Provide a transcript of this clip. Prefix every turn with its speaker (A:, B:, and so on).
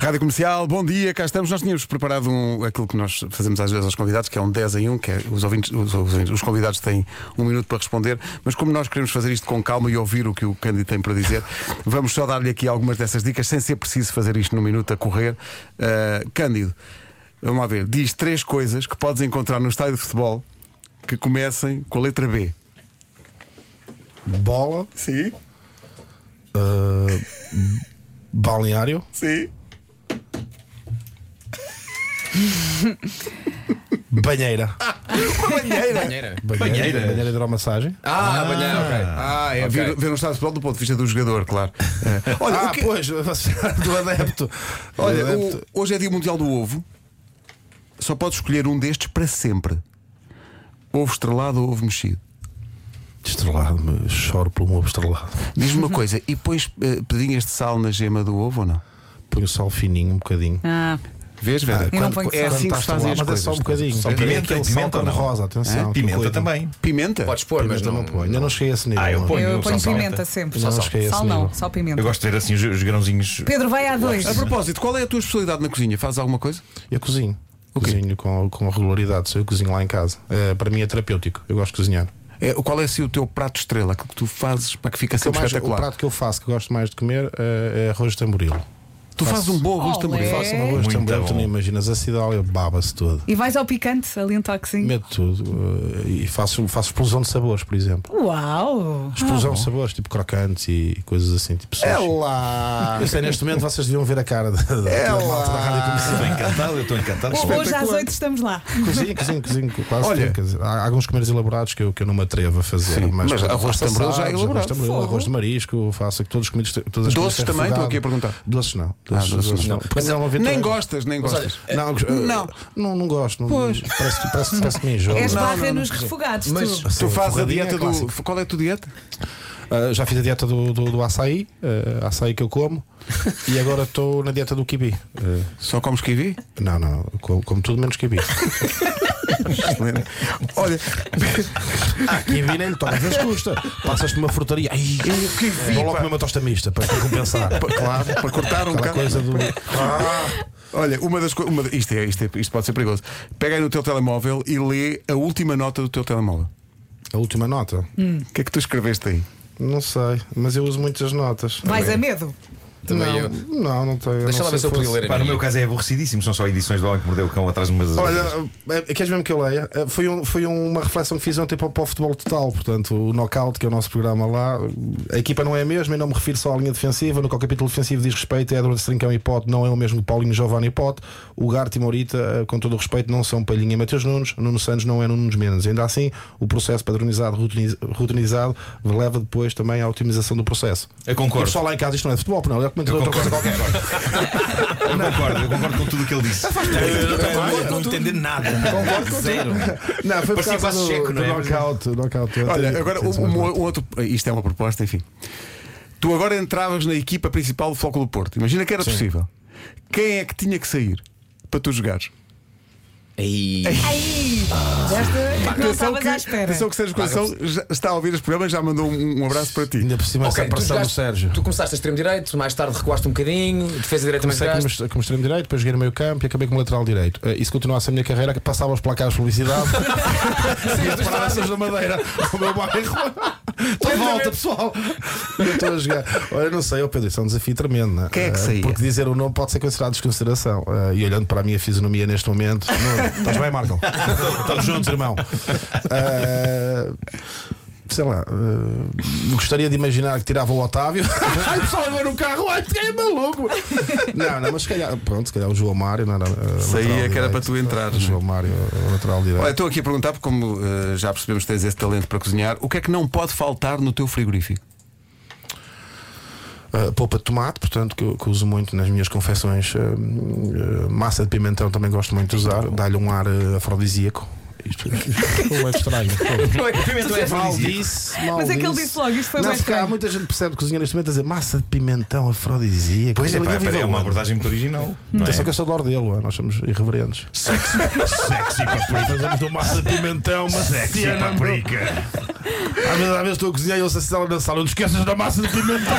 A: Rádio Comercial, bom dia, cá estamos. Nós tínhamos preparado um, aquilo que nós fazemos às vezes aos convidados, que é um 10 em 1, que é os, ouvintes, os, os ouvintes- os convidados têm um minuto para responder, mas como nós queremos fazer isto com calma e ouvir o que o Cândido tem para dizer, vamos só dar-lhe aqui algumas dessas dicas, sem ser preciso fazer isto num minuto a correr. Ah, Cândido, vamos lá ver, diz três coisas que podes encontrar no estádio de futebol que comecem com a letra B.
B: Bola,
A: Sim,
B: ah, balneário,
A: sim.
B: banheira.
C: Banheira.
B: Banheira, banheira de massagem.
C: Ah, banheira, ok. Ah, é
A: Ver, ver um estádio de futebol do ponto de vista do jogador, claro. Ah, olha,
B: Ah,
A: o que-
B: pois, é do adepto.
A: Olha,
B: Do adepto.
A: o- hoje é dia mundial do ovo. Só podes escolher um destes para sempre. Ovo estrelado ou ovo mexido.
B: Estrelado, me choro pelo meu ovo estrelado.
A: Diz-me uma coisa, e pões eh, pedinhas de sal na gema do ovo ou não?
B: Ponho sal fininho, um bocadinho.
D: Ah,
A: Vês, Vera?
D: não
A: Quando-
D: ponho
A: é
D: sal.
A: assim que
B: Quando
A: se
B: estás
A: fazem as
B: lá, mas é
A: coisas.
B: só um bocadinho.
E: Só
B: É
E: pimenta,
B: aquele
E: tem
B: sal
E: pimenta ou não?
B: cor-de-rosa, atenção. tipo
E: Pimenta
B: aquele
E: também.
A: Pimenta?
C: Podes pôr, mas
B: Pimenta
C: não.
B: não ponho. Ainda não cheguei a esse nível.
E: Ah, eu
B: não.
E: ponho.
D: eu
E: sal,
D: ponho
E: sal,
D: pimenta
E: pimenta.
D: sempre.
B: Não,
D: sal,
B: acho que é esse
D: sal não,
B: nível.
D: só pimenta.
E: Eu gosto de ver assim os, os grãozinhos.
D: Pedro, vai à dois.
A: A propósito, qual é a tua especialidade na cozinha? Fazes alguma coisa?
B: Eu cozinho.
A: O quê?
B: Cozinho com, com regularidade. Eu cozinho lá em casa. É, para mim é terapêutico. Eu gosto de cozinhar.
A: É, qual é assim, o teu prato estrela? Aquilo que tu fazes para que fica
B: O que é eu
A: sempre
B: mais- o
A: espetacular?
B: prato que eu faço, que eu gosto mais de comer, é, é arroz de tamboril.
A: Tu fazes um bom arroz
D: Olé.
A: também.
B: Faço um arroz de
E: Muito
B: tamboril,
E: bom.
B: tu não imaginas. A cidade baba-se todo.
D: E vais ao picante, ali um toquezinho.
B: Meto tudo. eh, E faço, faço explosão de sabores, por
D: Ah,
B: exemplo.
D: Uau!
B: Explosão de sabores, tipo crocantes e coisas assim, tipo
E: É
B: sushi.
A: lá!
B: Eu sei, neste momento vocês deviam ver a cara da, da,
E: É
B: da malta da rádio comercial.
E: Estou encantado, eu estou encantado.
D: Hoje às oito estamos lá.
B: Cozinho, cozinho, cozinho, quase
A: Olha.
B: tudo, quer dizer, há alguns comidas elaborados que eu, que eu não me atrevo a fazer.
A: Sim, mas
B: pronto,
A: arroz de
B: faço
A: tamboril já é
B: assados,
A: elaborado.
B: Arroz de, tamboril,
D: Fogo.
B: arroz de marisco, faço aqui todos os comidas. Todas as
A: Doces
B: comidas
A: também? Estou aqui a
B: refogadas.
A: perguntar. Ah,
B: Doces não.
A: doces não.
B: Porque não é uma
A: Nem
B: aventura.
A: gostas, nem gostas.
B: Não, eh,
A: Não.
B: não, não gosto. Não, Parece, que- parece, parece que me enjoo.
D: És
B: Não.
D: barra nos É refogados,
C: Mas-
D: tu.
A: Tu fazes a
B: forradinha
A: dieta do.
B: é clássico.
A: Qual é a tua dieta?
B: Ah, já fiz a dieta do, do, do açaí, eh, açaí que eu como, e agora estou na dieta do kiwi. Eh,
A: Só comes kiwi?
B: não, não, eu como, como tudo menos kiwi.
A: Excelente. Olha,
B: Ah, kiwi nem todas as custa. Passas-te uma frutaria. Ai,
A: kiwi,
B: vou logo
A: pá.
B: comer uma tosta mista para compensar.
A: claro, para cortar um
B: Aquela
A: bocado.
B: coisa do.
A: Ah. Olha, uma das coisas. Isto, é, isto, é- isto pode ser perigoso. Pega aí no teu telemóvel e lê a última nota do teu telemóvel.
B: A última nota?
D: Hum.
A: O que é que tu escreveste aí?
B: Não sei, mas eu uso muitas notas.
D: Vais a medo.
C: Também
B: não,
C: eu.
B: não, não tenho.
C: Deixa
B: não
C: lá ver se
B: sei
C: eu podia
B: fosse-
C: ler.
E: Pá, no meu caso é aborrecidíssimo, são só edições do Homem que Mordeu o Cão atrás de umas das
B: Olha,
E: outras.
B: eh, queres mesmo que eu leia? Eh, Foi, um- foi uma reflexão que fiz ontem para, o- para o futebol total. Portanto, o knockout, que é o nosso programa lá, a equipa não é a mesma e não me refiro só à linha defensiva. No que ao capítulo defensivo diz respeito a Edward Trincão e Pote, não é o mesmo que Paulinho Giovanni e Pote. O Garte e Morita, eh, com todo o respeito, não são Palhinha e Matheus Nunes. Nuno Santos não é Nuno Nunes Menos. Ainda assim, o processo padronizado, rotiniz- rotinizado, leva depois também à otimização do processo.
E: Eu concordo.
B: E Só lá em casa isto não é futebol, não. É comentador
E: Eu
B: outra coisa
E: concordo,
B: qualquer.
E: eu concordo, eu concordo com tudo o que ele disse.
C: não entender nada. Zero.
B: Não, foi por
C: Parecia
B: causa
C: quase
B: do,
C: checo,
B: do
C: não é?
B: knockout, knockout.
A: Olha, agora um, um- um outro. Isto é uma proposta, enfim. Tu agora entravas na equipa principal do Floco do Porto. Imagina que era possível. Quem é que tinha que sair para tu jogares?
C: Aí.
D: Aí! Desta que não estavas
A: que,
D: à espera.
A: atenção que Sérgio Conceição já está a ouvir este programa e já mandou um, um abraço para ti.
B: Ainda por cima
C: Ok,
B: essa pressão do
C: jogaste-
B: Sérgio.
C: tu começaste a extremo direito, mais tarde recuaste um bocadinho, defesa direita também
B: Comecei como,
C: jogaste.
B: est- como extremo direito, depois joguei no meio campo e acabei como lateral direito. Eh, Isso continuasse a minha carreira, que passava os placares de publicidade e as praças da madeira o meu bairro. Estou de volta, pessoal. Eu estou a jogar. Olha, não sei, ó Pedro, isso é um desafio tremendo, não é?
A: Quem é que
B: Eh,
A: saía?
B: Porque dizer o nome pode ser considerado desconsideração. Eh, E olhando para a minha fisionomia neste momento, não, estás bem, Marco? Estamos juntos, irmão. Eh, Sei lá, eh, gostaria de imaginar que tirava o Otávio. Ai, pessoal, agora o carro, ai, que é maluco. Não, não, mas se calhar, pronto, se calhar o João Mário não era. eh,
A: Isso aí é
B: lateral
A: que era
B: direito.
A: para tu entrares,
B: O João Mário, eh, lateral direito.
A: Olha, estou aqui a perguntar, porque como eh, já percebemos que tens esse talento para cozinhar, o que é que não pode faltar no teu frigorífico?
B: Eh, polpa de tomate, portanto, que eu, que eu uso muito nas minhas confecções. eh, eh, massa de pimentão também gosto muito de usar, dá-lhe um ar eh, afrodisíaco. Isto isto é estranho.
C: Não é que pimenta é
B: Mal
C: afrodisíaco.
B: disse, mal
D: Mas é que ele
B: disse.
D: disse logo, isto foi
B: não,
D: mais
B: porque Há
D: estranho.
B: muita gente que percebe cozinhar neste momento a dizer massa de pimentão afrodisíaco.
E: Pois é,
B: Ele
E: pá,
B: vive
E: é uma
B: aonde?
E: abordagem muito original. Não é?
B: Atenção que eu sou de Ordelo, nós somos irreverentes.
E: Sexy, sexy paprika.
B: do massa de pimentão, mas é
E: Sexy paprika.
B: Às vezes, às vezes estou a cozinhar e eu sei se ela na sala, não te esqueças da massa de pimentão.